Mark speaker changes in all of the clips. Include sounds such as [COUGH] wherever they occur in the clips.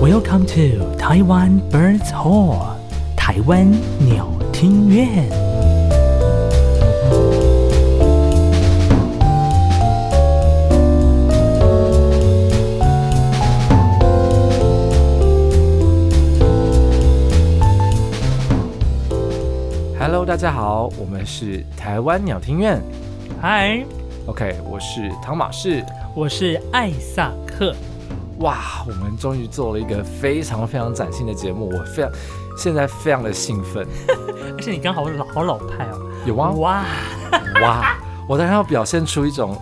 Speaker 1: Welcome to Taiwan Birds Hall，台湾鸟听院。
Speaker 2: Hello，大家好，我们是台湾鸟听院。
Speaker 1: 嗨，
Speaker 2: OK，我是唐马士。
Speaker 1: 我是艾萨克。
Speaker 2: 哇，我们终于做了一个非常非常崭新的节目，我非常现在非常的兴奋。
Speaker 1: 而且你刚好老好老派哦。
Speaker 2: 有吗？
Speaker 1: 哇，
Speaker 2: 哇，我当然要表现出一种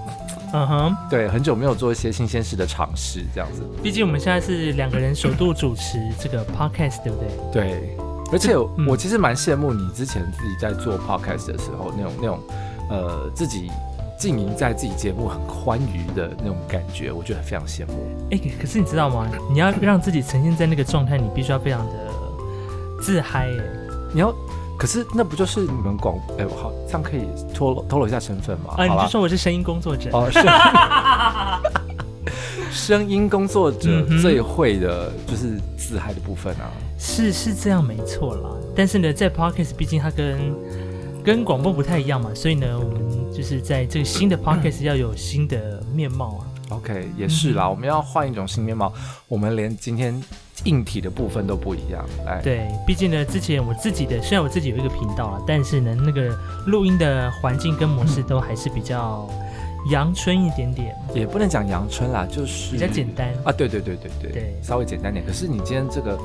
Speaker 1: 嗯哼，
Speaker 2: 对很久没有做一些新鲜事的尝试，这样子。
Speaker 1: 毕竟我们现在是两个人首度主持这个 podcast，对不对？
Speaker 2: 对，而且
Speaker 1: 嗯
Speaker 2: 我其实蛮羡慕你之前自己在做 podcast 的时候那种那种呃自己经营在自己节目很欢愉的那种感觉，我觉得非常羡慕。
Speaker 1: 哎、可是你知道吗？你要让自己呈现在那个状态，你必须要非常的自嗨耶。
Speaker 2: 你要，可是那不就是你们广哎、我好这样可以透露透露一下身份吗？
Speaker 1: 啊，你
Speaker 2: 好吧
Speaker 1: 就说我是声音工作者。
Speaker 2: 哦，是。 [LAUGHS] 声音工作者
Speaker 1: 嗯哼
Speaker 2: 最会的就是自嗨的部分啊，
Speaker 1: 是是这样没错啦，但是呢，在 podcast 毕竟它跟跟广播不太一样嘛，所以呢，我们就是在这个新的 podcast 要有新的面貌啊。
Speaker 2: OK，也是
Speaker 1: 嗯
Speaker 2: 啦，我们要换一种新面貌，我们连今天硬体的部分都不一样。哎来，
Speaker 1: 对，毕竟呢，之前我自己的虽然我自己有一个频道啊，但是呢，那个录音的环境跟模式都还是比较阳春一点点，
Speaker 2: 也不能讲阳春啦，就是
Speaker 1: 比较简单。
Speaker 2: 啊，对对对对对，
Speaker 1: 对
Speaker 2: 稍微简单点。可是你今天这个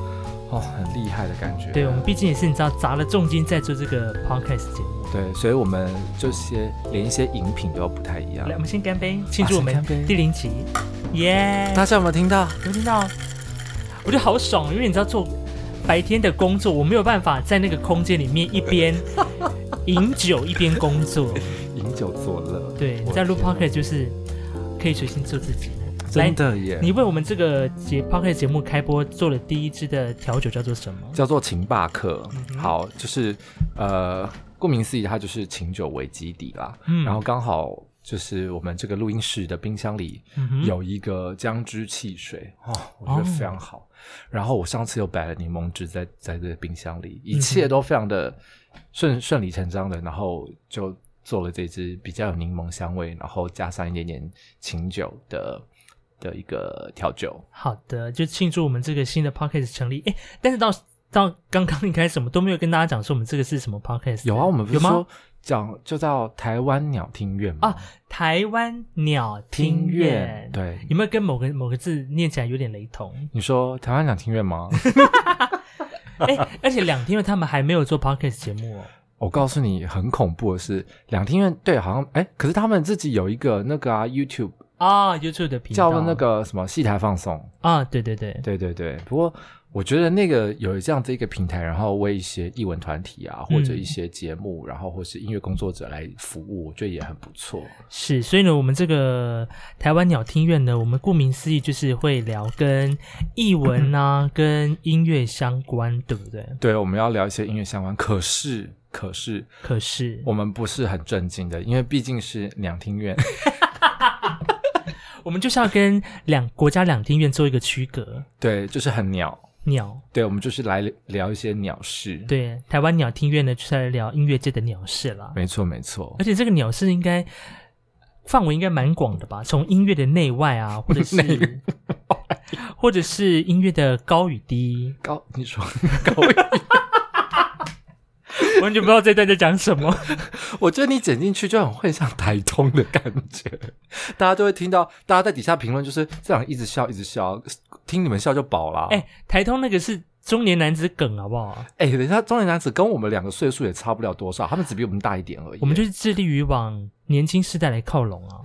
Speaker 2: 哦，很厉害的感觉。
Speaker 1: 对我们毕竟也是你知道砸了重金在做这个 podcast 节目。
Speaker 2: 对，所以我们这些连一些饮品都不太一样
Speaker 1: 来，。我们先干杯，庆祝
Speaker 2: 啊
Speaker 1: 我们
Speaker 2: 先干杯
Speaker 1: 第零集，耶！
Speaker 2: 哎大家有没有听到？
Speaker 1: 有听到？我觉得好爽，因为你知道做白天的工作，我没有办法在那个空间里面一
Speaker 2: [LAUGHS]
Speaker 1: 边饮酒一边工作。
Speaker 2: 饮酒作乐。
Speaker 1: 对，
Speaker 2: 我
Speaker 1: 在录
Speaker 2: 天哪
Speaker 1: podcast 就是可以随心做自己。来
Speaker 2: 真，的耶，
Speaker 1: 你为我们这个节 podcast 节目开播做了第一支的调酒叫做什么？
Speaker 2: 叫做情霸客。
Speaker 1: 嗯哼
Speaker 2: 好，就是呃，顾名思义，它就是情酒为基底啦。
Speaker 1: 嗯
Speaker 2: 然后刚好就是我们这个录音室的冰箱里
Speaker 1: 嗯哼
Speaker 2: 有一个姜汁汽水、哦，我觉得非常好。然后我上次又摆了柠檬汁在在这个冰箱里，一切都非常的顺顺理成章的，然后就做了这支比较有柠檬香味，然后加上一点点清酒的的一个调酒。
Speaker 1: 好的，就庆祝我们这个新的 podcast 成立。哎，但是到到刚刚一开始，我们都没有跟大家讲说我们这个是什么 podcast。
Speaker 2: 有啊，我们不是
Speaker 1: 有吗
Speaker 2: 说讲就叫台湾鸟听院吗？
Speaker 1: 啊，台湾鸟听
Speaker 2: 听
Speaker 1: 院
Speaker 2: 院，。对，
Speaker 1: 有没有跟某个某个字念起来有点雷
Speaker 2: [LAUGHS]
Speaker 1: 同？
Speaker 2: 你说台湾鸟听院 [LAUGHS] 吗？
Speaker 1: 哎、而且两天，因为他们还没有做 podcast 节目哦。
Speaker 2: 我告诉你，很恐怖的是，两厅院对，好像哎，可是他们自己有一个那个啊 YouTube
Speaker 1: 啊、y o u t u b e 的频道
Speaker 2: 叫做那个什么戏台放送，
Speaker 1: 啊，对对对，
Speaker 2: 对对对。不过我觉得那个有这样子一个平台，然后为一些艺文团体啊，或者一些节目，然后或是音乐工作者来服务，我觉得也很不错。
Speaker 1: 是。所以呢，我们这个台湾鸟听院呢，我们顾名思义就是会聊跟译文
Speaker 2: [LAUGHS]
Speaker 1: 啊、跟音乐相关，对不对？
Speaker 2: 对，我们要聊一些音乐相关，可是可是
Speaker 1: 可是
Speaker 2: 我们不是很正经的，因为毕竟是两厅 [LAUGHS] 院。
Speaker 1: 我们就是要跟两国家两厅院做一个区隔。
Speaker 2: 对，就是很鸟。
Speaker 1: 鸟，
Speaker 2: 对，我们就是来聊一些鸟事。，
Speaker 1: 对，台湾鸟听院呢，就是来聊音乐界的鸟事啦。
Speaker 2: 没错没错
Speaker 1: 而。且这个鸟是应该范围应该蛮广的吧？从音乐的内外啊，或者是或者是音乐的高与低，
Speaker 2: 高，你 [LAUGHS] 说高音，
Speaker 1: 完全不知道这段在讲什么。
Speaker 2: 我觉得你剪进去就很会像台通的感觉， [LAUGHS] 大家都会听到，大家在底下评论就是这样一直笑一直笑，听你们笑就饱啦。
Speaker 1: 哎、台通那个是中年男子梗，好不好？
Speaker 2: 哎、等一下，中年男子跟我们两个岁数也差不了多少，他们只比我们大一点而已。
Speaker 1: 我们就是致力于往年轻世代来靠拢啊，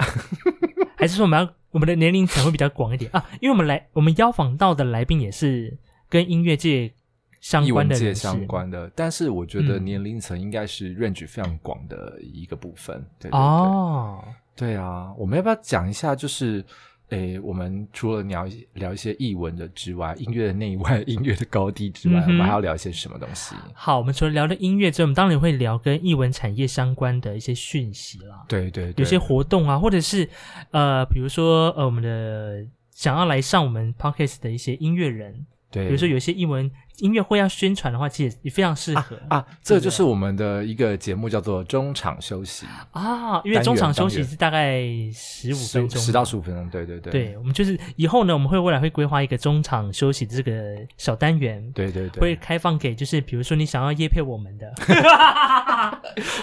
Speaker 1: [LAUGHS] 还是说我们要我们的年龄层会比较广一点啊？因为我们来我们邀访到的来宾也是跟音乐界相
Speaker 2: 译
Speaker 1: 关
Speaker 2: 文
Speaker 1: 的
Speaker 2: 界
Speaker 1: 人士，
Speaker 2: 相关的，但是我觉得
Speaker 1: 嗯
Speaker 2: 年龄层应该是 range 非常广的一个部分。对对对。
Speaker 1: 哦。
Speaker 2: 对啊，我们要不要讲一下？就是，诶，我们除了聊一聊一些译文的之外，音乐的内外、 [LAUGHS] 音乐的高低之外，
Speaker 1: 嗯哼
Speaker 2: 我们还要聊一些什么东西？
Speaker 1: 好，我们除了聊了音乐之外，我们当然也会聊跟艺文产业相关的一些讯息啦，
Speaker 2: 对对
Speaker 1: 有
Speaker 2: 对，
Speaker 1: 些活动啊，或者是呃，比如说呃，我们的想要来上我们 podcast 的一些音乐人，
Speaker 2: 对，
Speaker 1: 比如说有一些英文音乐会要宣传的话，其实也非常适合
Speaker 2: 啊，这就是我们的一个节目，叫做中场休息，
Speaker 1: 啊，因为中场休息是大概十五分钟，
Speaker 2: 十到十五分钟，对对对，
Speaker 1: 对，我们就是以后呢，我们会未来会规划一个中场休息的这个小单元，
Speaker 2: 对对对，
Speaker 1: 会开放给就是比如说你想要夜配我们的， [LAUGHS]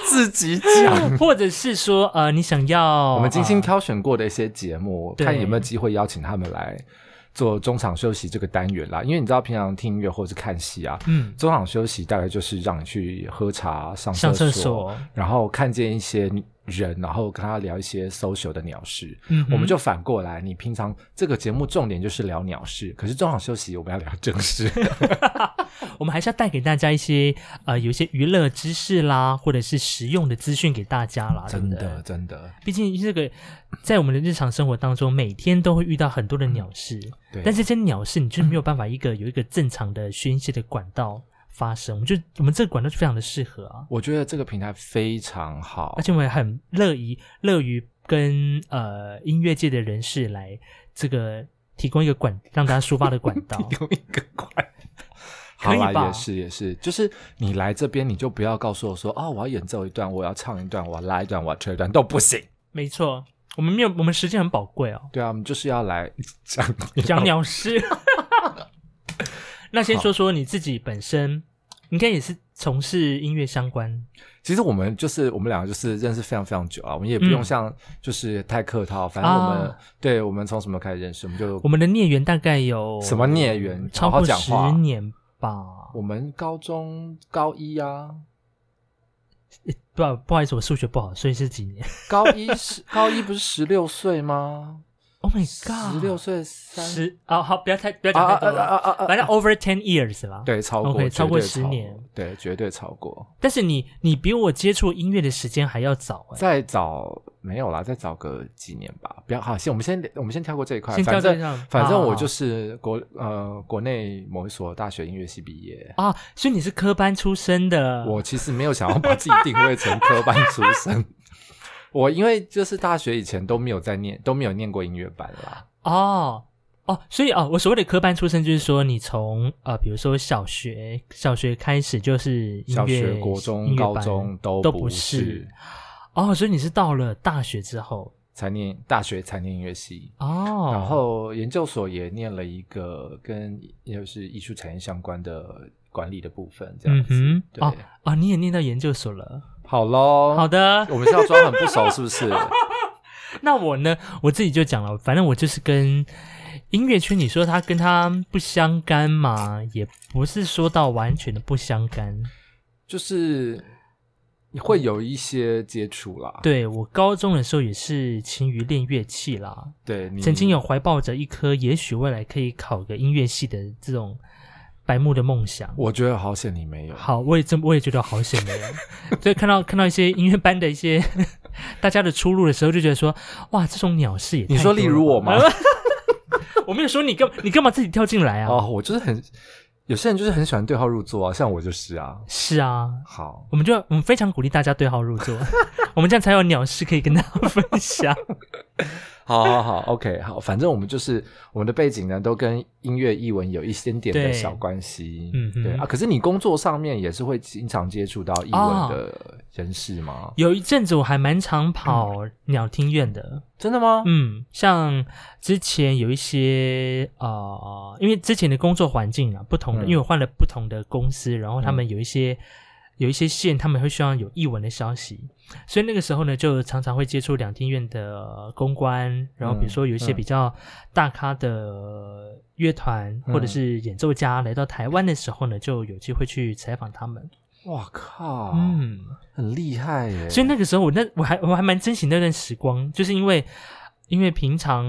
Speaker 2: 自己讲。
Speaker 1: 或者是说呃你想要
Speaker 2: [LAUGHS] 我们精心
Speaker 1: 呃
Speaker 2: 挑选过的一些节目，
Speaker 1: 哦对
Speaker 2: 看有没有机会邀请他们来做中场休息这个单元啦。因为你知道，平常听音乐或者是看戏啊，
Speaker 1: 嗯
Speaker 2: 中场休息大概就是让你去喝茶、上
Speaker 1: 嗯上厕
Speaker 2: 厕
Speaker 1: 所，
Speaker 2: 然后看见一些人，然后跟他聊一些 social 的鸟事。
Speaker 1: 嗯哼
Speaker 2: 我们就反过来，你平常这个节目重点就是聊鸟事，可是中场休息我们要聊正事。
Speaker 1: 我们还是要带给大家一些呃有一些娱乐知识啦，或者是实用的资讯给大家啦，啊对
Speaker 2: 真
Speaker 1: 不对
Speaker 2: 的，真的，
Speaker 1: 毕竟这个在我们的日常生活当中，每天都会遇到很多的
Speaker 2: 嗯
Speaker 1: 鸟事，
Speaker 2: 对。
Speaker 1: 但这些鸟事你就是没有办法一个有一个正常的宣泄的管道发生，我们就我们这个管道就非常的适合啊，
Speaker 2: 我觉得这个平台非常好
Speaker 1: 而，且我们也很乐于乐于跟呃音乐界的人士来这个提供一个管让大家抒发的管
Speaker 2: [LAUGHS]
Speaker 1: 道，
Speaker 2: 有一个
Speaker 1: [LAUGHS]
Speaker 2: 快。
Speaker 1: 可
Speaker 2: 好
Speaker 1: 以
Speaker 2: 啦，
Speaker 1: 吧
Speaker 2: 也是也是，就是你来这边，你就不要告诉我说，哦，我要演奏一段，我要唱一段，我要拉一段，我要吹一段，都不行。
Speaker 1: 没错，我们没有我们时间很宝贵
Speaker 2: [LAUGHS]
Speaker 1: 哦。
Speaker 2: 对啊，我们就是要来 [LAUGHS] 讲
Speaker 1: 讲鸟事。 [LAUGHS] 那先说说你自己本身，应该也是从事音乐相关，
Speaker 2: 其实我们就是我们两个就是认识非常非常久啊，我们也不用像就是太客套，反正我们、
Speaker 1: 嗯啊
Speaker 2: 对我们从什么开始认识，我们就
Speaker 1: 我们的孽缘大概有
Speaker 2: 什么孽缘
Speaker 1: 超过
Speaker 2: 好好讲
Speaker 1: 十
Speaker 2: 话啊
Speaker 1: 年吧。
Speaker 2: 我们高中高一啊，
Speaker 1: 不好不好意思，我数学不好，所以是几年 [LAUGHS]
Speaker 2: 高一十高一不是十六岁吗？
Speaker 1: ？Oh my
Speaker 2: 十
Speaker 1: god，
Speaker 2: 六岁三
Speaker 1: 十哦好，不要太不要
Speaker 2: 啊
Speaker 1: 讲
Speaker 2: 啊
Speaker 1: 太多
Speaker 2: 啊
Speaker 1: 了，
Speaker 2: 啊啊啊！
Speaker 1: 反正 over ten years 吧。，
Speaker 2: 对，超过
Speaker 1: OK，
Speaker 2: 绝
Speaker 1: 超过
Speaker 2: 对
Speaker 1: 10年，
Speaker 2: 对，绝对超过。
Speaker 1: 但是你你比我接触音乐的时间还要早哎、
Speaker 2: 再早没有啦，再早个几年吧。不要好，先我们先我们先跳过这一块。
Speaker 1: 先跳
Speaker 2: 反
Speaker 1: 这一
Speaker 2: 正
Speaker 1: 块
Speaker 2: 反正
Speaker 1: 好
Speaker 2: 我就是国呃国内某一所大学音乐系毕业。
Speaker 1: 啊，所以你是科班出身的。
Speaker 2: 我其实没有想要把自己定位成科班出身。 [LAUGHS] 我因为就是大学以前都没有在念，都没有念过音乐班啦。
Speaker 1: 哦哦，所以哦，我所谓的科班出身，就是说你从呃，比如说小学小学开始就是音
Speaker 2: 小
Speaker 1: 乐、
Speaker 2: 学、国中、
Speaker 1: 音乐
Speaker 2: 高
Speaker 1: 班
Speaker 2: 中都
Speaker 1: 都
Speaker 2: 不
Speaker 1: 是。哦，所以你是到了大学之后
Speaker 2: 才念大学才念音乐系。
Speaker 1: 哦，
Speaker 2: 然后研究所也念了一个跟就是艺术产业相关的管理的部分，这样
Speaker 1: 嗯
Speaker 2: 子。
Speaker 1: 哼，
Speaker 2: 对，哦
Speaker 1: 哦哦，你也念到研究所了。
Speaker 2: 好喽，
Speaker 1: 好，的，
Speaker 2: 我们是要装很不熟，是不是？
Speaker 1: 那我呢，我自己就讲了，反正我就是跟音乐圈，你说它跟它不相干嘛，也不是说到完全的不相干。
Speaker 2: 就是会有一些接触啦。
Speaker 1: 对我高中的时候也是勤于练乐器啦，
Speaker 2: 对，你
Speaker 1: 曾经有怀抱着一颗也许未来可以考个音乐系的这种白目的梦想。
Speaker 2: 我觉得好险你没有。
Speaker 1: 好，我也真我也觉得好险的人， [LAUGHS] 所以看到看到一些音乐班的一些 [LAUGHS] 大家的出路的时候，就觉得说，哇，这种鸟事也
Speaker 2: 你
Speaker 1: 太
Speaker 2: 说
Speaker 1: 多
Speaker 2: 例
Speaker 1: 了
Speaker 2: 如
Speaker 1: 吧
Speaker 2: 我吗？
Speaker 1: [LAUGHS] 我没有说你干你干嘛自己跳进来啊？
Speaker 2: 哦，我就是很，有些人就是很喜欢对号入座啊，像我就是啊。
Speaker 1: 是啊，
Speaker 2: 好，
Speaker 1: 我们就我们非常鼓励大家对号入座， [LAUGHS] 我们这样才有鸟事可以跟大家分享。
Speaker 2: 好好好，OK，好，反正我们就是我们的背景呢，都跟音乐译文有一点点
Speaker 1: 对
Speaker 2: 的小关系，
Speaker 1: 嗯哼
Speaker 2: 对啊。可是你工作上面也是会经常接触到译文的人士吗？
Speaker 1: 有一阵子我还蛮常跑鸟听院的，
Speaker 2: 真的吗？
Speaker 1: 嗯，像之前有一些呃，因为之前的工作环境啊不同的，
Speaker 2: 嗯
Speaker 1: 因为我换了不同的公司，然后他们有一些、有一些线，他们会希望有译文的消息，所以那个时候呢，就常常会接触两厅院的公关，然后比如说有一些
Speaker 2: 嗯嗯
Speaker 1: 比较大咖的乐团、或者
Speaker 2: 嗯
Speaker 1: 是演奏家来到台湾的时候呢，就有机会去采访他们。
Speaker 2: 哇靠，
Speaker 1: 嗯，
Speaker 2: 很厉害耶！
Speaker 1: 所以那个时候我那我还我还蛮珍惜那段时光，就是因为因为平常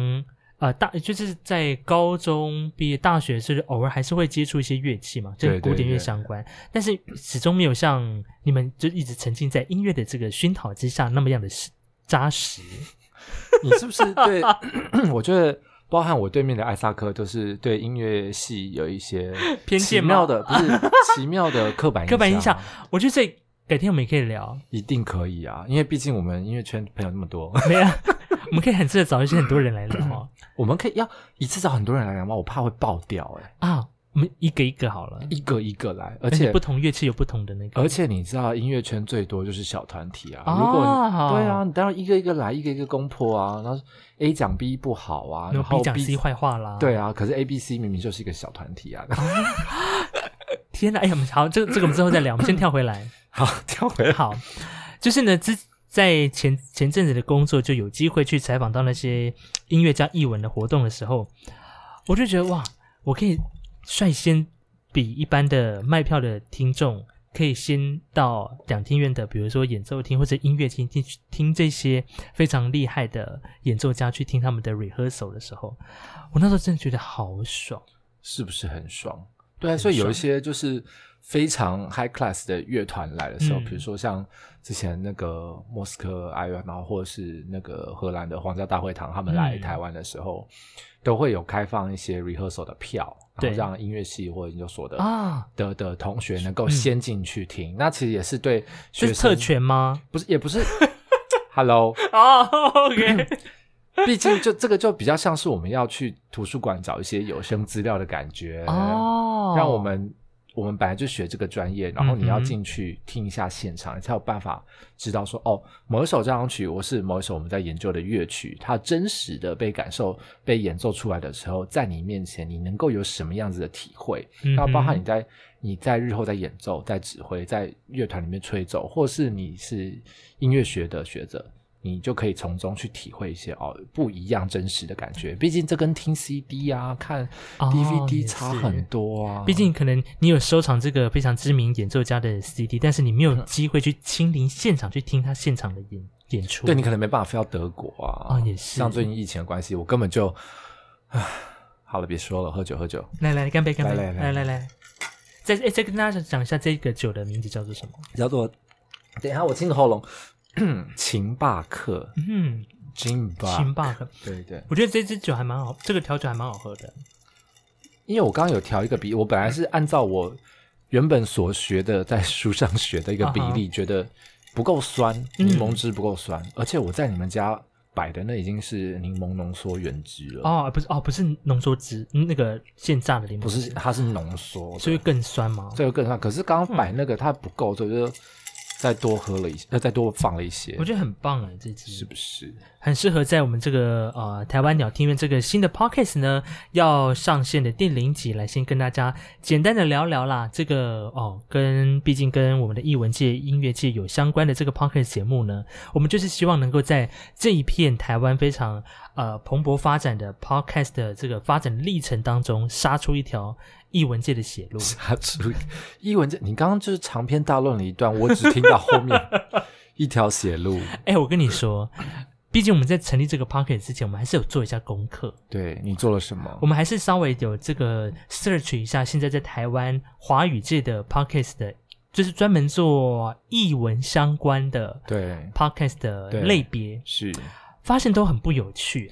Speaker 1: 呃大就是在高中毕业、大学是偶尔还是会接触一些乐器嘛，跟
Speaker 2: 对对
Speaker 1: 古典乐
Speaker 2: 对
Speaker 1: 相关，但是始终没有像你们就一直沉浸在音乐的这个熏陶之下那么样的实扎实。
Speaker 2: [LAUGHS] 你是不是对？ [CLEARS THROAT] 我觉得包含我对面的艾萨克，都是对音乐系有一些
Speaker 1: 偏见
Speaker 2: 奇
Speaker 1: 吗
Speaker 2: 妙
Speaker 1: [LAUGHS]
Speaker 2: 的，不是奇妙的刻板
Speaker 1: 刻板印象，我觉得这改天我们也可以聊，
Speaker 2: 一定可以啊，因为毕竟我们音乐圈朋友那么多， [LAUGHS]
Speaker 1: 没有、我们可以很值得找一些很多人来聊哦。
Speaker 2: 我们可以要一次找很多人来聊吗？我怕会爆掉哎、
Speaker 1: 啊。我们一个一个好了，
Speaker 2: 一个一个来，而
Speaker 1: 而
Speaker 2: 且
Speaker 1: 哎不同乐器有不同的那个，
Speaker 2: 而且你知道，音乐圈最多就是小团体啊。
Speaker 1: 啊
Speaker 2: 如果你对啊，你当然一个一个来，一个一个攻破啊。然后 A 讲 B 不好啊，
Speaker 1: 然
Speaker 2: 然
Speaker 1: 后
Speaker 2: 后
Speaker 1: B 讲 C 坏话啦，
Speaker 2: 对啊，可是 A、B、C 明明就是一个小团体啊。 [LAUGHS]
Speaker 1: 天哪！哎呀，我们好，这个这个我们之后再聊，我们先跳回
Speaker 2: [LAUGHS]
Speaker 1: 来。
Speaker 2: 好，跳回来。
Speaker 1: 好，就是呢，之在前前阵子的工作就有机会去采访到那些音乐家艺文的活动的时候，我就觉得哇，我可以率先比一般的卖票的听众，可以先到两厅院的，比如说演奏厅或者音乐厅，听听这些非常厉害的演奏家去听他们的 rehearsal 的时候，我那时候真的觉得好爽。
Speaker 2: 是不是很爽？对啊，所以有一些就是非常 high class 的乐团来的时候，
Speaker 1: 嗯
Speaker 2: 比如说像之前那个莫斯科爱乐，然后或者是那个荷兰的皇家大会堂，他们来
Speaker 1: 嗯
Speaker 2: 台湾的时候，都会有开放一些 rehearsal 的票，
Speaker 1: 对
Speaker 2: 然后让音乐系或研究所的、
Speaker 1: 啊嗯
Speaker 2: 的的同学能够先进去听。那其实也是对
Speaker 1: 这
Speaker 2: 学
Speaker 1: 是
Speaker 2: 生
Speaker 1: 特，权吗？
Speaker 2: 不是也
Speaker 1: [LAUGHS]
Speaker 2: 不是。Hello，
Speaker 1: 哦、o k
Speaker 2: 毕竟就这个就比较像是我们要去图书馆找一些有声资料的感觉
Speaker 1: 哦，
Speaker 2: 让我们我们本来就学这个专业，然后你要
Speaker 1: 嗯哼
Speaker 2: 进去听一下现场，你才有办法知道说哦，某一首交响曲，我是某一首我们在研究的乐曲，它真实的被感受、被演奏出来的时候，在你面前你能够有什么样子的体会？
Speaker 1: 嗯
Speaker 2: 那
Speaker 1: 哼
Speaker 2: 包含你在你在日后在演奏、在指挥、在乐团里面吹奏，或是你是音乐学的学者。你就可以从中去体会一些哦不一样真实的感觉，毕竟这跟听 CD 啊、看
Speaker 1: 哦
Speaker 2: DVD
Speaker 1: 也
Speaker 2: 差
Speaker 1: 是
Speaker 2: 很多啊。
Speaker 1: 毕竟可能你有收藏这个非常知名演奏家的 CD，但是你
Speaker 2: 嗯
Speaker 1: 没有机会去亲临现场去听他现场的演演出。
Speaker 2: 对你可能没办法飞到德国啊，
Speaker 1: 哦也是
Speaker 2: 像最近疫情的关系，我根本就，唉好了，别说了，喝酒喝酒。
Speaker 1: 来来干杯干杯，
Speaker 2: 来来
Speaker 1: 来
Speaker 2: 来
Speaker 1: 来来再哎再跟大家讲一下这个酒的名字叫做什么？
Speaker 2: 叫做，等一下我清着喉咙， [COUGHS] 琴巴克
Speaker 1: 嗯，
Speaker 2: ，Jim
Speaker 1: 星
Speaker 2: Bar，
Speaker 1: 巴克。
Speaker 2: 对对，
Speaker 1: 我觉得这支酒还蛮好，这个调酒还蛮好喝的。
Speaker 2: 因为我刚刚有调一个比，我本来
Speaker 1: 嗯
Speaker 2: 是按照我原本所学的在书上学的一个比例，觉得不够酸，
Speaker 1: 啊嗯
Speaker 2: 柠檬汁不够酸，而且我在你们家摆的那已经是柠檬浓缩原汁了，
Speaker 1: 哦，不是哦，不是浓缩汁，嗯那个现榨的柠檬
Speaker 2: 不是
Speaker 1: 汁，
Speaker 2: 它是浓缩的，
Speaker 1: 所以更酸吗？
Speaker 2: 这个更上，可是刚刚摆那个它不够，所以就再多喝了一些，呃，再多放了一些
Speaker 1: 嗯我，觉得很棒哎，这支
Speaker 2: 是不是？ [LAUGHS]
Speaker 1: 很适合在我们这个呃台湾鸟听院这个新的 podcast 呢要上线的第零集来先跟大家简单的聊聊啦。这个哦，跟毕竟跟我们的艺文界、音乐界有相关的这个 podcast 节目呢，我们就是希望能够在这一片台湾非常呃蓬勃发展的 podcast 的这个发展历程当中，杀出一条艺文界的血路。
Speaker 2: 他出一文这，你刚刚就是长篇大论了一段，我只听到后面一条血路。
Speaker 1: [LAUGHS] 哎，我跟你说，毕竟我们在成立这个 podcast 之前，我们还是有做一下功课。
Speaker 2: 对你做了什么
Speaker 1: 我？们还是稍微有这个 search 一下，现在在台湾华语界的 podcast 的，就是专门做译文相关的
Speaker 2: 对，
Speaker 1: podcast 的
Speaker 2: 对
Speaker 1: 类别，
Speaker 2: 是
Speaker 1: 发现都很不有趣。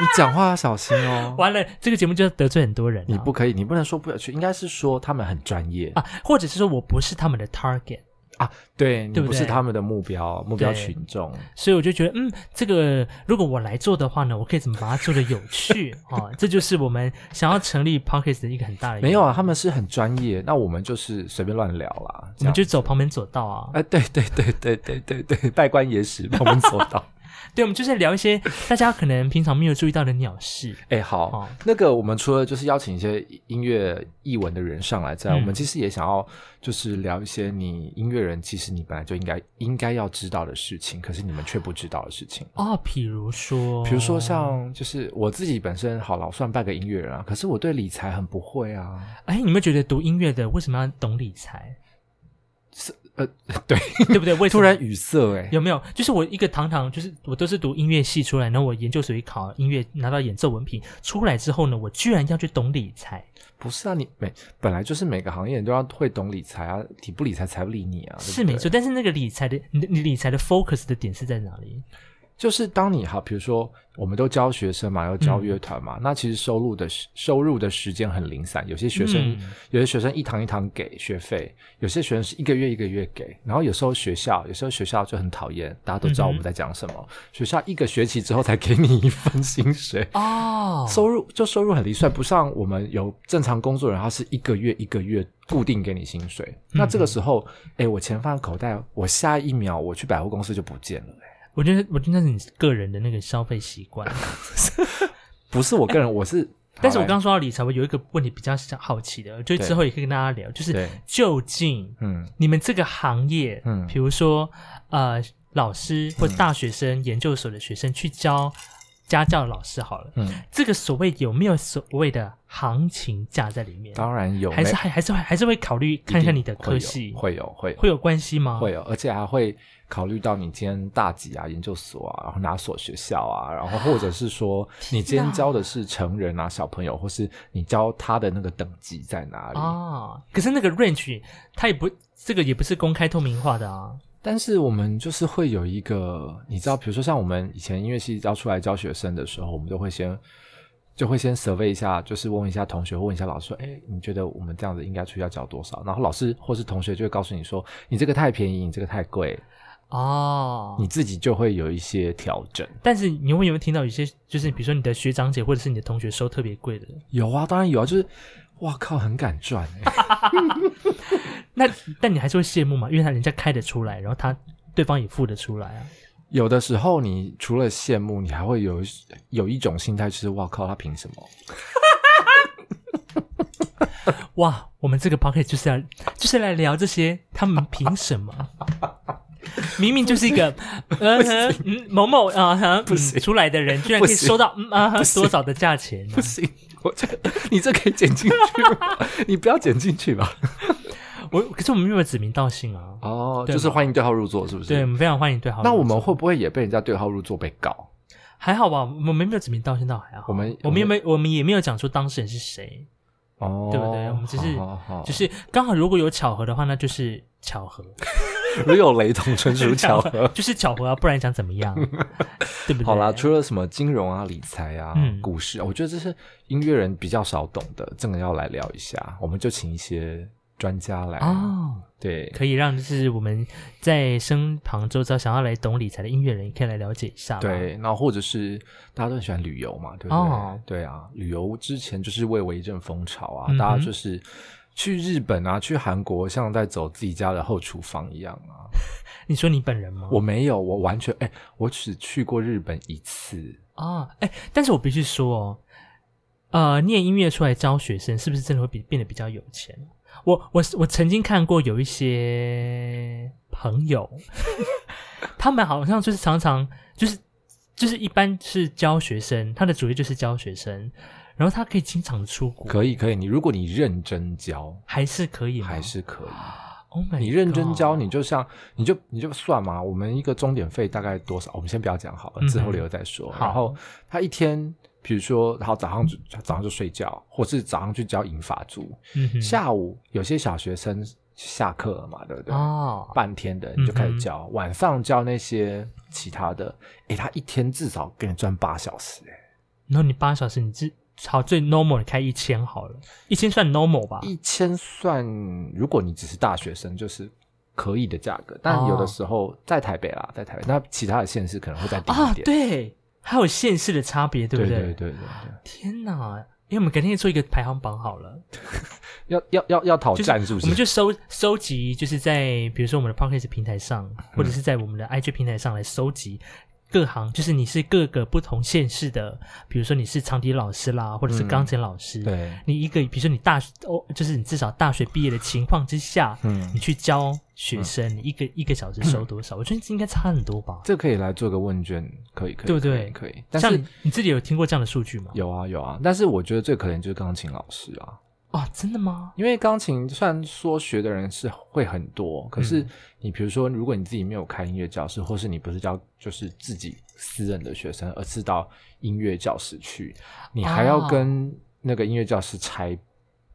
Speaker 2: 你讲话要小心哦，
Speaker 1: 完了，这个节目就得罪很多人啊、
Speaker 2: 你不可以，你不能说不要去，应该是说他们很专业
Speaker 1: 啊，或者是说我不是他们的 target，
Speaker 2: 啊，对你
Speaker 1: 对不
Speaker 2: 不是
Speaker 1: 对
Speaker 2: 他们的目标，目标
Speaker 1: 对
Speaker 2: 群众。
Speaker 1: 所以我就觉得，嗯，这个如果我来做的话呢，我可以怎么把它做的有
Speaker 2: [LAUGHS]
Speaker 1: 趣啊？这就是我们想要成立 podcast 的一个很大的
Speaker 2: 没有
Speaker 1: 原因，
Speaker 2: 啊，他们是很专业，那我们就是随便乱聊啦。
Speaker 1: 我
Speaker 2: 这
Speaker 1: 们
Speaker 2: 样
Speaker 1: 就走旁门左道啊。
Speaker 2: 哎，对对对对对对对，拜官野史，帮我们走
Speaker 1: [LAUGHS]
Speaker 2: 到。
Speaker 1: 对，我们就是聊一些大家可能平常没有注意到的鸟事。
Speaker 2: 哎，好，
Speaker 1: 哦
Speaker 2: 那个我们除了就是邀请一些音乐艺文的人上来之外，
Speaker 1: 嗯
Speaker 2: 我们其实也想要就是聊一些你音乐人其实你本来就应该应该要知道的事情，可是你们却不知道的事情。
Speaker 1: 哦，比如说，
Speaker 2: 比如说像就是我自己本身好了，我算半个音乐人啊，可是我对理财很不会啊。
Speaker 1: 哎，你们觉得读音乐的为什么要懂理财？
Speaker 2: 呃， [LAUGHS] 对，
Speaker 1: [LAUGHS] 对不对？为什
Speaker 2: 突
Speaker 1: 么
Speaker 2: 然语塞哎、
Speaker 1: 有没有？就是我一个堂堂，就是我都是读音乐系出来，然后我研究所一考音乐，拿到演奏文凭出来之后呢，我居然要去懂理财，
Speaker 2: 不是啊，你每本来就是每个行业人都要会懂理财啊，你不理财才不理你啊，对不
Speaker 1: 是没
Speaker 2: 对
Speaker 1: 错。但是那个理财的，你的你理财的 focus 的点是在哪里？
Speaker 2: 就是当你哈，比如说我们都教学生嘛，要
Speaker 1: 嗯
Speaker 2: 教乐团嘛，那其实收入的时收入的时间很零散，有些学生、
Speaker 1: 嗯
Speaker 2: 有些学生一堂一堂给学费，有些学生是一个月一个月给，然后有时候学校有时候学校就很讨厌，大家都知
Speaker 1: 嗯
Speaker 2: 道我们在讲什么，学校一个学期之后才给你一份薪水。
Speaker 1: 哦，
Speaker 2: 收入就收入很离算，不像我们有正常工作人，他是一个月一个月固定给你薪水。那
Speaker 1: 嗯
Speaker 2: 这个时候，哎，我钱放口袋，我下一秒我去百货公司就不见了。欸诶
Speaker 1: 我觉得我觉得那是你个人的那个消费习
Speaker 2: [LAUGHS]
Speaker 1: 惯。
Speaker 2: 不是我个人，我是，
Speaker 1: [LAUGHS] 但是我
Speaker 2: 好来
Speaker 1: 刚刚说到理财，我有一个问题比较想好奇的，就
Speaker 2: 对
Speaker 1: 之后也可以跟大家聊，就是
Speaker 2: 对
Speaker 1: 究竟
Speaker 2: 嗯
Speaker 1: 你们这个行业，
Speaker 2: 嗯
Speaker 1: 比如说呃，老师或大学生、研究所的学生去教家教老师好了，
Speaker 2: 嗯，
Speaker 1: 这个所谓有没有所谓的行情价在里面？
Speaker 2: 当然有，
Speaker 1: 还是
Speaker 2: 没
Speaker 1: 还还是会还是会考虑看一下你的科
Speaker 2: 一
Speaker 1: 系
Speaker 2: 定会有会有
Speaker 1: 会有关系吗？
Speaker 2: 会有，而且还会考虑到你今天大几啊，研究所啊，然后哪所学校啊，然后或者是说你今天教的是成人啊、小朋友，或是你教他的那个等级在哪里。
Speaker 1: 啊。可是那个 range 它也不这个也不是公开透明化的啊。
Speaker 2: 但是我们就是会有一个，你知道，比如说像我们以前音乐系要出来教学生的时候，我们都会先就会先 survey 一下，就是问一下同学，问一下老师说，哎，你觉得我们这样子应该出去要缴多少？然后老师或是同学就会告诉你说，你这个太便宜，你这个太贵，
Speaker 1: 哦，
Speaker 2: 你自己就会有一些调整。
Speaker 1: 但是你会有没有听到有些，就是比如说你的学长姐或者是你的同学收特别贵的？
Speaker 2: 有啊，当然有啊，就是哇靠，很敢赚哎、
Speaker 1: 那但你还是会羡慕嘛，因为他人家开得出来，然后他对方也付得出来啊。
Speaker 2: 有的时候，你除了羡慕，你还会有一有一种心态，就是哇靠，他凭什么？
Speaker 1: 哇，我们这个 p o c k e t 就是要就是来聊这些，他们凭什
Speaker 2: [LAUGHS]
Speaker 1: 么？明明就是一个呃嗯某某啊、呃、不
Speaker 2: 行
Speaker 1: 出来的人，居然可以
Speaker 2: 不行
Speaker 1: 收到嗯啊多少的价钱啊呢、
Speaker 2: [LAUGHS] 不行，我这个你这可以剪进去吗？你不要剪进去吧。
Speaker 1: 我可是我们没有指名道姓啊。
Speaker 2: [LAUGHS] 哦，
Speaker 1: 对
Speaker 2: 就是欢迎对号入座，是不是？
Speaker 1: 对，我。们非常欢迎对好。
Speaker 2: 那我们会不会也被人家对号入座被告？
Speaker 1: 还好吧？我们没有指名道姓，倒还好。
Speaker 2: 我们
Speaker 1: 我们也没我们也没有讲出当事人是谁，
Speaker 2: 哦，
Speaker 1: 对不对？我们只是
Speaker 2: 好好好
Speaker 1: 就是刚好如果有巧合的话，那就是巧合，
Speaker 2: 如有雷同， [LAUGHS] 纯属巧合。
Speaker 1: [LAUGHS] 就是巧合啊，不然想怎么
Speaker 2: [LAUGHS]
Speaker 1: 样？对不对？
Speaker 2: 好啦，除了什么金融啊、理财啊、
Speaker 1: 嗯
Speaker 2: 股市，我觉得这是音乐人比较少懂的，这个要来聊一下。我们就请一些专家来。
Speaker 1: 哦，
Speaker 2: 对，
Speaker 1: 可以让就是我们在身旁周遭想要来懂理财的音乐人，也可以来了解一下。，
Speaker 2: 对，那或者是大家都很喜欢旅游嘛，对不对？
Speaker 1: 哦
Speaker 2: 对啊，旅游之前就是蔚为一阵风潮啊，
Speaker 1: 嗯哼
Speaker 2: 大家就是去日本啊，去韩国，像在走自己家的后厨房一样啊。
Speaker 1: 你说你本人吗？
Speaker 2: 我没有，我完全哎、我只去过日本一次。
Speaker 1: 啊，哎、但是我必须说哦，呃，念音乐出来教学生，是不是真的会比变得比较有钱？我我我曾经看过有一些朋友， [LAUGHS] 他们好像就是常常就是就是一般是教学生，他的主业就是教学生，然后他可以经常出国，
Speaker 2: 可以，可以，你如果你认真教，
Speaker 1: 还是可以吗？
Speaker 2: 还是可以。
Speaker 1: Oh my，
Speaker 2: 你认真
Speaker 1: God
Speaker 2: 教，你就像你就你就算嘛，我们一个钟点费大概多少？我们先不要讲好了，之
Speaker 1: 嗯哼
Speaker 2: 后留着再说。
Speaker 1: 好
Speaker 2: 然后他一天，比如说，然后早上就早上就睡觉，或是早上去交银发族，
Speaker 1: 嗯哼
Speaker 2: 下午有些小学生下课了嘛，对不对？
Speaker 1: 哦，
Speaker 2: 半天的你就开
Speaker 1: 嗯哼
Speaker 2: 始教，晚上教那些其他的。诶，他一天至少给你赚八小时、诶
Speaker 1: 然后你八小时，你至好最 normal 你开一千好了，一千算 normal 吧？
Speaker 2: 一千算，如果你只是大学生，就是可以的价格。
Speaker 1: 哦
Speaker 2: 但有的时候在台北啦，在台北，那其他的县市可能会再低
Speaker 1: 啊
Speaker 2: 一，点。
Speaker 1: 对，还有县市的差别，对不
Speaker 2: 对
Speaker 1: 对？
Speaker 2: 对对对对
Speaker 1: 天哪！因为我们改天做一个排行榜好了，
Speaker 2: 要要要要讨
Speaker 1: 就是
Speaker 2: 战术
Speaker 1: 我
Speaker 2: 是
Speaker 1: 们
Speaker 2: 不是？
Speaker 1: 就收收集，就是在比如说我们的 p o c k e t 平台上，
Speaker 2: 嗯
Speaker 1: 或者是在我们的 IG 平台上来收集各行，就是你是各个不同县市的，比如说你是长笛老师啦，或者是
Speaker 2: 嗯
Speaker 1: 钢琴老师，
Speaker 2: 对，
Speaker 1: 你一个比如说你大学哦，就是你至少大学毕业的情况之下，
Speaker 2: 嗯
Speaker 1: 你，去教学生，你一个一个小时收多少？我觉得这应该差很多吧？
Speaker 2: 这可以来做个问卷，可以可以，
Speaker 1: 对不对
Speaker 2: 可以，可以但
Speaker 1: 像
Speaker 2: 是
Speaker 1: 你你自己有听过这样的数据吗？
Speaker 2: 有啊有啊，但是我觉得最可怜就是钢琴老师啊。
Speaker 1: 啊，真的吗？
Speaker 2: 因为钢琴虽然说学的人是会很多，可是
Speaker 1: 嗯
Speaker 2: 你比如说，如果你自己没有开音乐教室，或是你不是教就是自己私人的学生，而是到音乐教室去，你还要
Speaker 1: 哦
Speaker 2: 跟那个音乐教室拆，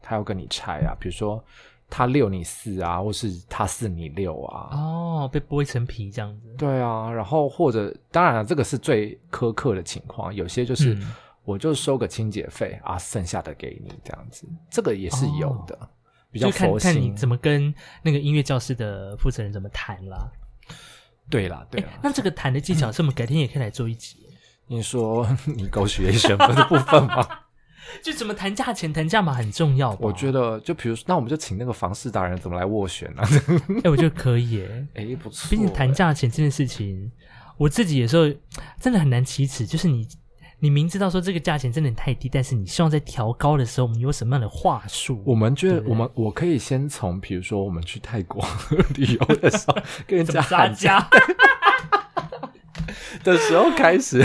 Speaker 2: 他要跟你拆啊。比如说，他六你四啊，或是他四你六啊。
Speaker 1: 哦，被剥一层皮这样子，
Speaker 2: 对啊，然后或者当然了，啊这个是最苛刻的情况，有些就是、
Speaker 1: 嗯
Speaker 2: 我就收个清洁费啊，剩下的给你这样子，这个也是有的，比较
Speaker 1: 哦就看
Speaker 2: 佛
Speaker 1: 看你
Speaker 2: 心。
Speaker 1: 怎么跟那个音乐教室的负责人怎么谈啦。
Speaker 2: 对啦，对啊 [LAUGHS] 啦，
Speaker 1: 那这个谈的技巧是我们改天也可以来做一集，
Speaker 2: 你说你狗血学分的部分吗？
Speaker 1: 就怎么谈价钱、谈价码很重要吧。
Speaker 2: [LAUGHS] 我觉得就比如说，那我们就请那个房事达人怎么来斡旋 [LAUGHS] 呢、啊？
Speaker 1: 哎、我觉得可以耶。
Speaker 2: [LAUGHS] 哎，不错，
Speaker 1: 毕竟谈价钱这件事情，我自己有时候真的很难启齿。就是你，你明知道说这个价钱真的太低，但是你希望在调高的时候，你有什么样的话术？
Speaker 2: 我们觉
Speaker 1: 对
Speaker 2: 得
Speaker 1: 不，对
Speaker 2: 我们我可以先从，比如说我们去泰国 [LAUGHS] 旅游的时候，跟人
Speaker 1: 怎
Speaker 2: 家
Speaker 1: 么杀
Speaker 2: 喊价 [LAUGHS]
Speaker 1: 价？
Speaker 2: 的时候
Speaker 1: [LAUGHS]
Speaker 2: 开始。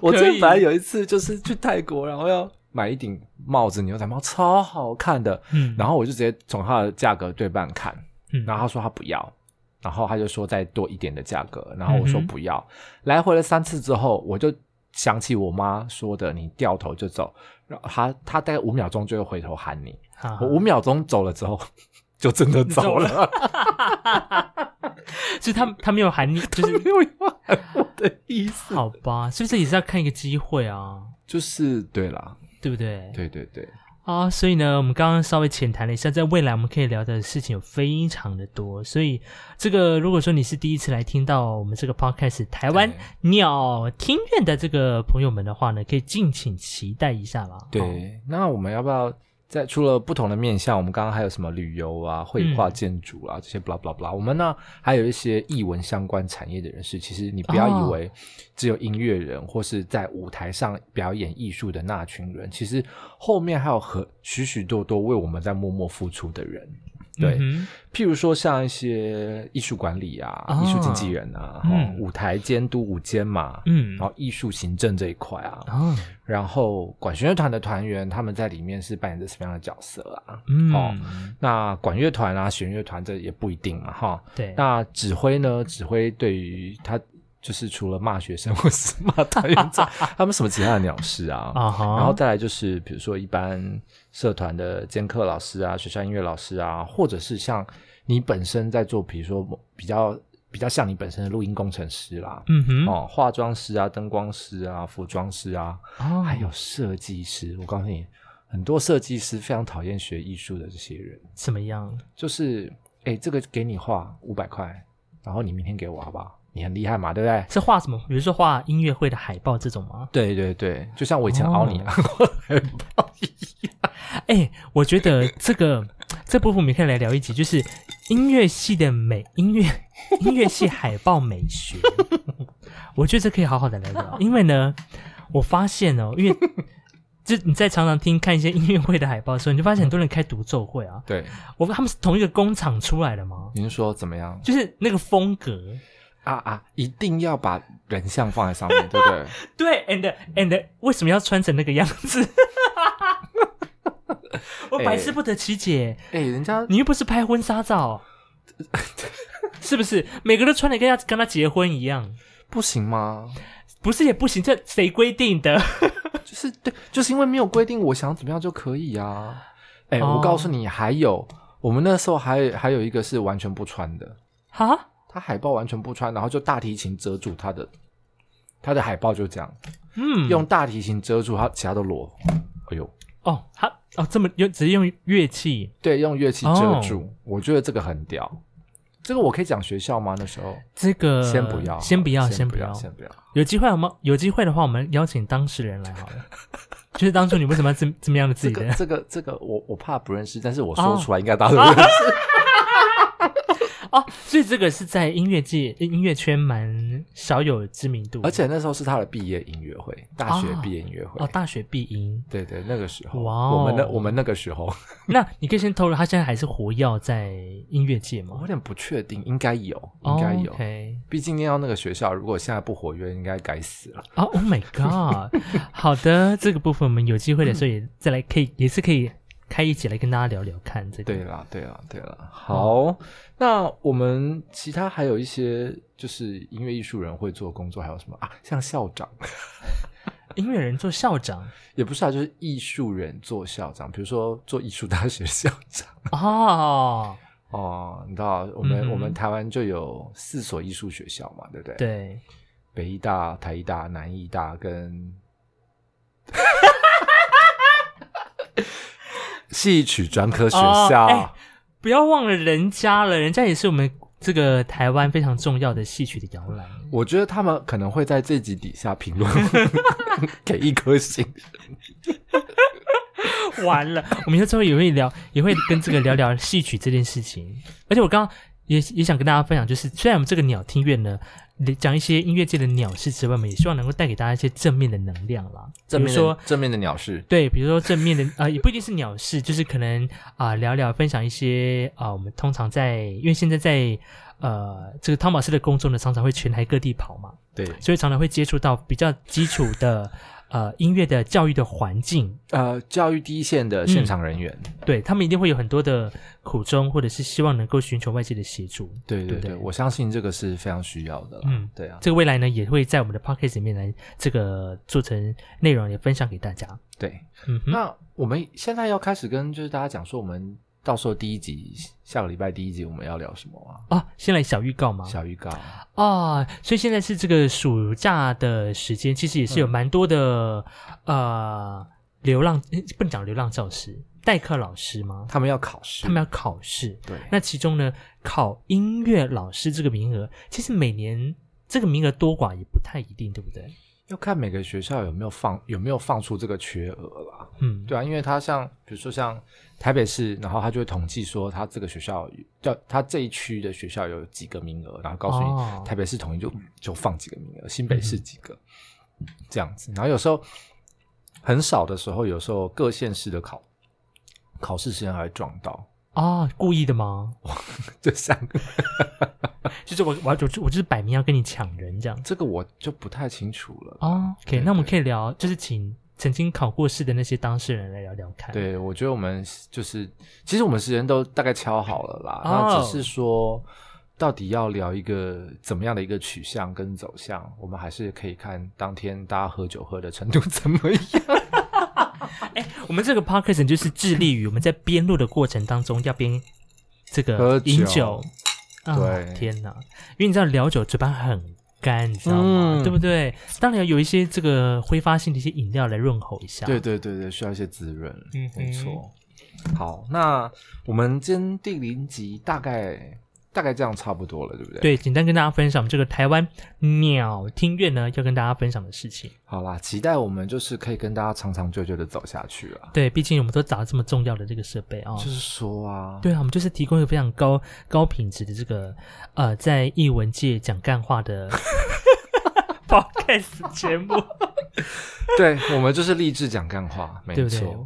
Speaker 2: 我
Speaker 1: 可
Speaker 2: 真
Speaker 1: 以
Speaker 2: 的本来有一次就是去泰国，然后要买一顶帽子，牛仔帽超好看的，
Speaker 1: 嗯
Speaker 2: 然后我就直接从它的价格对半砍，
Speaker 1: 嗯
Speaker 2: 然后他说他不要，然后他就说再多一点的价格，然后我说
Speaker 1: 嗯哼
Speaker 2: 不要，来回了三次之后，我就想起我妈说的，你掉头就走，然后他他大概五秒钟就会回头喊你，
Speaker 1: 好好
Speaker 2: 我五秒钟走了之 [LAUGHS] 后就真的啊走了， [LAUGHS]
Speaker 1: 所以他他没有含你，就
Speaker 2: 就是 [LAUGHS]
Speaker 1: 是
Speaker 2: 没有要喊我的意思，
Speaker 1: 好吧？是不是也是要看一个机会啊？
Speaker 2: [LAUGHS] 就是对啦，
Speaker 1: 对不对？
Speaker 2: 对对对，
Speaker 1: 啊，所以呢，我们刚刚稍微浅谈了一下，在未来我们可以聊的事情有非常的多，所以这个如果说你是第一次来听到我们这个 podcast 台湾鸟听院的这个朋友们的话呢，可以敬请期待一下啦。哦
Speaker 2: 对，那我们要不要在除了不同的面向，我们刚刚还有什么旅游啊、绘画、建筑
Speaker 1: 嗯
Speaker 2: 啊、这些 blah blah blah，我们呢还有一些艺文相关产业的人士，其实你不要
Speaker 1: 哦
Speaker 2: 以为只有音乐人或是在舞台上表演艺术的那群人，其实后面还有和许许多多为我们在默默付出的人。对，
Speaker 1: 嗯
Speaker 2: 譬如说像一些艺术管理啊、
Speaker 1: 哦
Speaker 2: 艺术经纪人啊、
Speaker 1: 嗯
Speaker 2: 哦舞台监督、舞监嘛，
Speaker 1: 嗯
Speaker 2: 然后艺术行政这一块啊，
Speaker 1: 哼，哦，
Speaker 2: 然后管弦乐团的团员他们在里面是扮演着什么样的角色啊？
Speaker 1: 嗯，
Speaker 2: 哦那管乐团啊、弦乐团这也不一定嘛，哈。
Speaker 1: 对，
Speaker 2: 那指挥呢？指挥对于他就是除了骂学生或是骂团员之外， [LAUGHS] 他们什么其他的鸟事啊？
Speaker 1: 啊哈，
Speaker 2: 然后再来就是，比如说一般社团的兼课老师啊、学校音乐老师啊，或者是像你本身在做，比如说某比较比较像你本身的录音工程师啦，
Speaker 1: 嗯哼，
Speaker 2: 哦，化妆师啊、灯光师啊、服装师啊，
Speaker 1: 哦，
Speaker 2: 还有设计师，我告诉你，很多设计师非常讨厌学艺术的这些人，
Speaker 1: 怎么样？
Speaker 2: 就是哎、诶这个给你画五百块，然后你明天给我好不好？你很厉害嘛，对不对？
Speaker 1: 是画什么？比如说画音乐会的海报这种吗？
Speaker 2: [LAUGHS] 对对对，就像我以前凹你啊，
Speaker 1: 哎、我觉 [LAUGHS] 得这个这部分我们可以来聊一集，就是音乐系的美音乐音乐系海报美学， [LAUGHS] 我觉得这可以好好的来 [LAUGHS] 聊，因为呢，我发现哦，因为就你在常常听看一些音乐会的海报的时候，你就发现很多人开独奏会啊，
Speaker 2: [LAUGHS] 对，
Speaker 1: 我们他们是同一个工厂出来的吗？
Speaker 2: 您说怎么样
Speaker 1: 就是那个风格，
Speaker 2: 啊啊？一定要把人像放在上面，对不 [LAUGHS] 对？
Speaker 1: 对，and and 为什么要穿成那个样子？ [LAUGHS] 哎我百思不得其解。
Speaker 2: 哎、人家
Speaker 1: 你又不是拍婚纱
Speaker 2: [LAUGHS]
Speaker 1: 照，是不是？每个都穿的跟要跟他结婚一样，
Speaker 2: 不行吗？
Speaker 1: 不是也不行，这谁规定的？ [LAUGHS]
Speaker 2: 就是对，就是因为没有规定，我想怎么样就可以啊。哎、
Speaker 1: 哦
Speaker 2: 我告诉你，还有我们那时候还还有一个是完全不穿的，
Speaker 1: 哈，
Speaker 2: 他海报完全不穿，然后就大提琴遮住他的，他的海报就这样，
Speaker 1: 嗯，
Speaker 2: 用大提琴遮住他，其他都裸。哎呦，
Speaker 1: 哦，他哦，这么用，直接用乐器，
Speaker 2: 对，用乐器遮
Speaker 1: 哦
Speaker 2: 住，我觉得这个很屌。这个我可以讲学校吗？那时候、
Speaker 1: 这个
Speaker 2: 先不要，
Speaker 1: 呃先不要，
Speaker 2: 先
Speaker 1: 不
Speaker 2: 要，
Speaker 1: 要。
Speaker 2: 先不要。
Speaker 1: 有机会我们有机会的话，我们邀请当事人来好了。就是当初你为什么要这这么样的自
Speaker 2: 这
Speaker 1: 己的
Speaker 2: 个？这个这个，我我怕不认识，但是我
Speaker 1: 哦
Speaker 2: 说出来应该大家都认识。
Speaker 1: [LAUGHS]
Speaker 2: [LAUGHS]
Speaker 1: 哦，所以这个是在音乐界、音乐圈蛮小有知名度，
Speaker 2: 而且那时候是他的毕业音乐会，大学
Speaker 1: 哦
Speaker 2: 毕业音乐会。
Speaker 1: 哦，大学必赢。
Speaker 2: 对对，那个时候，
Speaker 1: 哇哦
Speaker 2: 我们那我们那个时候， [LAUGHS]
Speaker 1: 那你可以先透露，他现在还是活跃在音乐界
Speaker 2: 我
Speaker 1: 吗哦
Speaker 2: 有？点不确定，应该有，应该有。
Speaker 1: o k
Speaker 2: 毕竟念到那个学校，如果现在不活跃，应该该死了。
Speaker 1: 哦、o h my
Speaker 2: [LAUGHS]
Speaker 1: god！好的，这个部分我们有机会的时候也再来，可以也是可以开一起来跟大家聊聊看这个。
Speaker 2: 对啦，对啦，对啦。好，
Speaker 1: 嗯
Speaker 2: 那我们其他还有一些就是音乐艺术人会做的工作，还有什么啊？像校长，
Speaker 1: 音乐人做校长
Speaker 2: [LAUGHS] 也不是啊，就是艺术人做校长，比如说做艺术大学校
Speaker 1: [LAUGHS]
Speaker 2: 长。
Speaker 1: 哦，
Speaker 2: 哦，你知道我们、
Speaker 1: 嗯哼
Speaker 2: 我们台湾就有四所艺术学校嘛，对不对？，
Speaker 1: 对，
Speaker 2: 北艺大、台艺大、南艺大
Speaker 1: [LAUGHS]
Speaker 2: 跟戏曲专科学校。
Speaker 1: 哦不要忘了人家了，人家也是我们这个台湾非常重要的戏曲的摇篮。
Speaker 2: 我觉得他们可能会在这集底下
Speaker 1: [LAUGHS]
Speaker 2: 评论给一颗星。
Speaker 1: [LAUGHS] 完了，我们之后也会聊，也会跟这个聊聊戏曲这件事情。而且我刚刚也也想跟大家分享，就是虽然我们这个鸟听乐呢，讲一些音乐界的鸟事之外，我们也希望能够带给大家一些正面的能量啦。
Speaker 2: 正
Speaker 1: 比
Speaker 2: 面
Speaker 1: 如说
Speaker 2: 的正面的鸟是
Speaker 1: 对，比如说正面的 [LAUGHS] 啊、呃也不一定是鸟事，就是可能啊、聊聊分享一些啊、我们通常在因为现在在呃这个汤马斯的工作呢，常常会全台各地跑嘛，
Speaker 2: 对，
Speaker 1: 所以常常会接触到比较基础的呃音乐的教育的环境，
Speaker 2: 呃，教育第一线的
Speaker 1: 嗯
Speaker 2: 现场人员，
Speaker 1: 对他们一定会有很多的苦衷，或者是希望能够寻求外界的协助。
Speaker 2: 对对
Speaker 1: 对
Speaker 2: 对，我相信这个是非常需要的啦。
Speaker 1: 嗯
Speaker 2: 对啊，
Speaker 1: 这个未来呢，也会在我们的 p o c k e t 里面来这个做成内容，也分享给大家。
Speaker 2: 对。
Speaker 1: 嗯哼，
Speaker 2: 那我们现在要开始跟就是大家讲说，我们到时候第一集下个礼拜第一集我们要聊什么啊？
Speaker 1: 哦，先来小预告嘛。
Speaker 2: 小预告，
Speaker 1: 啊，所以现在是这个暑假的时间，其实也是有蛮多的、呃流浪，诶不能讲流浪教师，代课老师吗？
Speaker 2: 他们要考试，
Speaker 1: 他们要考试，
Speaker 2: 对，
Speaker 1: 那其中呢，考音乐老师这个名额，其实每年这个名额多寡也不太一定，对不对？
Speaker 2: 要看每个学校有没有放有没有放出这个缺额啦。
Speaker 1: 嗯，
Speaker 2: 对啊，因为他像比如说像台北市，然后他就会统计说他这个学校叫他这一区的学校有几个名额，然后告诉你
Speaker 1: 哦嗯
Speaker 2: 台北市统一就就放几个名额，新北市几个、这样子。然后有时候很少的时候，有时候各县市的考考试时间还会撞到， [LAUGHS]
Speaker 1: 啊，故意的吗？
Speaker 2: 就像
Speaker 1: 就是我我我就我就是摆明要跟你抢人这样子。
Speaker 2: 这个我就不太清楚了。
Speaker 1: 哦
Speaker 2: 对
Speaker 1: ，OK，那我们可以聊，就是请曾经考过试的那些当事人来聊聊看。，
Speaker 2: 对，我觉得我们就是，其实我们时间都大概敲好了啦，然后
Speaker 1: 哦
Speaker 2: 只是说到底要聊一个怎么样的一个取向跟走向，我们还是可以看当天大家喝酒喝的程度怎么样。
Speaker 1: 我们这个 podcast 就是致力于我们在边录的过程当中要边这
Speaker 2: 喝
Speaker 1: 个
Speaker 2: 酒
Speaker 1: 饮酒。啊
Speaker 2: 对
Speaker 1: 天哪！因为你知道聊酒嘴巴很干，你知道吗？
Speaker 2: 嗯
Speaker 1: 对不对？当然有一些这个挥发性的一些饮料来润喉一下。
Speaker 2: [LAUGHS] 对对对对，需要一些滋润，
Speaker 1: 嗯哼
Speaker 2: 没错。好，那我们今天第零集大概大概这样差不多了，对不对？。
Speaker 1: 对，简单跟大家分享我们这个台湾鸟听乐呢，要跟大家分享的事情。
Speaker 2: 好啦，期待我们就是可以跟大家长长久久的走下去啊。
Speaker 1: 对，毕竟我们都找到这么重要的这个设备啊、
Speaker 2: 就是说啊，
Speaker 1: 对啊，我们就是提供一个非常高高品质的这个呃，在译文界讲干话
Speaker 2: [LAUGHS]
Speaker 1: 的 [LAUGHS] podcast 节目，
Speaker 2: 对，我们就是励志讲干话，没
Speaker 1: 对不
Speaker 2: 错。
Speaker 1: 对？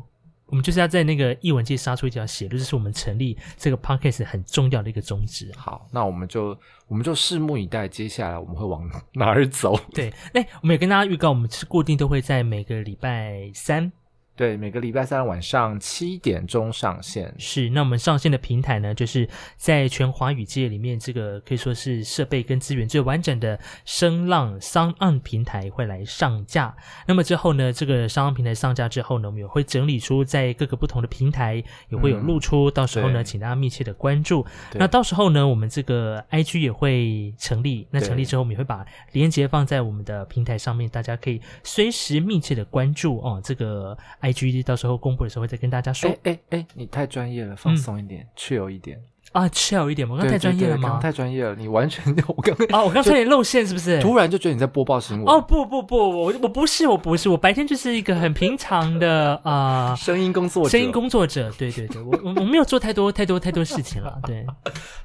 Speaker 1: 我们就是要在那个译文界杀出一条血路，这是我们成立这个 podcast 很重要的一个宗旨。啊
Speaker 2: 好，那我们就我们就拭目以待，接下来我们会往哪儿走？ [LAUGHS]
Speaker 1: 对，那我们也跟大家预告，我们是固定都会在每个礼拜三
Speaker 2: 对，每个礼拜三晚上七点钟上线。
Speaker 1: 是，那我们上线的平台呢，就是在全华语界里面，这个可以说是设备跟资源最完整的声浪 Sound On 平台会来上架。那么之后呢，这个声浪平台上架之后呢，我们也会整理出在各个不同的平台也会有露出，到时候呢，
Speaker 2: 嗯对
Speaker 1: 请大家密切的关注。
Speaker 2: 对
Speaker 1: 那到时候呢，我们这个 IG 也会成立，那
Speaker 2: 对
Speaker 1: 成立之后，我们也会把链接放在我们的平台上面，大家可以随时密切的关注哦。这个 IG 到时候公布的时候会再跟大家说。
Speaker 2: 哎哎哎，你太专业了，放松一点，去油一点。
Speaker 1: 啊，chill 一点嘛，我刚才太
Speaker 2: 对对
Speaker 1: 专业
Speaker 2: 对
Speaker 1: 了
Speaker 2: 刚刚
Speaker 1: 吗？
Speaker 2: 太专业了，你完全我刚刚
Speaker 1: 啊，我刚才也露馅是不是？
Speaker 2: 突然就觉得你在播报新闻。
Speaker 1: 哦，不不不，我我不是我不是，我白天就是一个很平常的
Speaker 2: [LAUGHS]
Speaker 1: 啊、
Speaker 2: 声音工作者，
Speaker 1: 声音工作者，对对对，我我我没有做太多太多太多事情
Speaker 2: [LAUGHS]
Speaker 1: 了，对，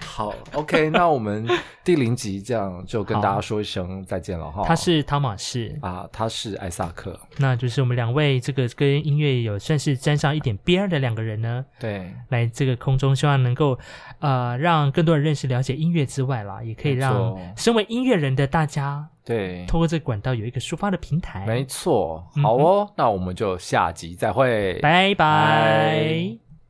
Speaker 2: 好，OK，那我们第零集这样就跟
Speaker 1: 好
Speaker 2: 大家说一声再见了哈。
Speaker 1: 他是汤马士，
Speaker 2: 啊，他是艾萨克，
Speaker 1: 那就是我们两位这个跟音乐有算是沾上一点边儿的两个人呢，
Speaker 2: 对，
Speaker 1: 来这个空中，希望能够呃让更多人认识了解音乐之外啦，也可以
Speaker 2: 没
Speaker 1: 让
Speaker 2: 错
Speaker 1: 身为音乐人的大家
Speaker 2: 对，
Speaker 1: 通过这个管道有一个抒发的平台，嗯
Speaker 2: 没错。好哦，那我们就下集再会。
Speaker 1: 拜拜。
Speaker 2: 拜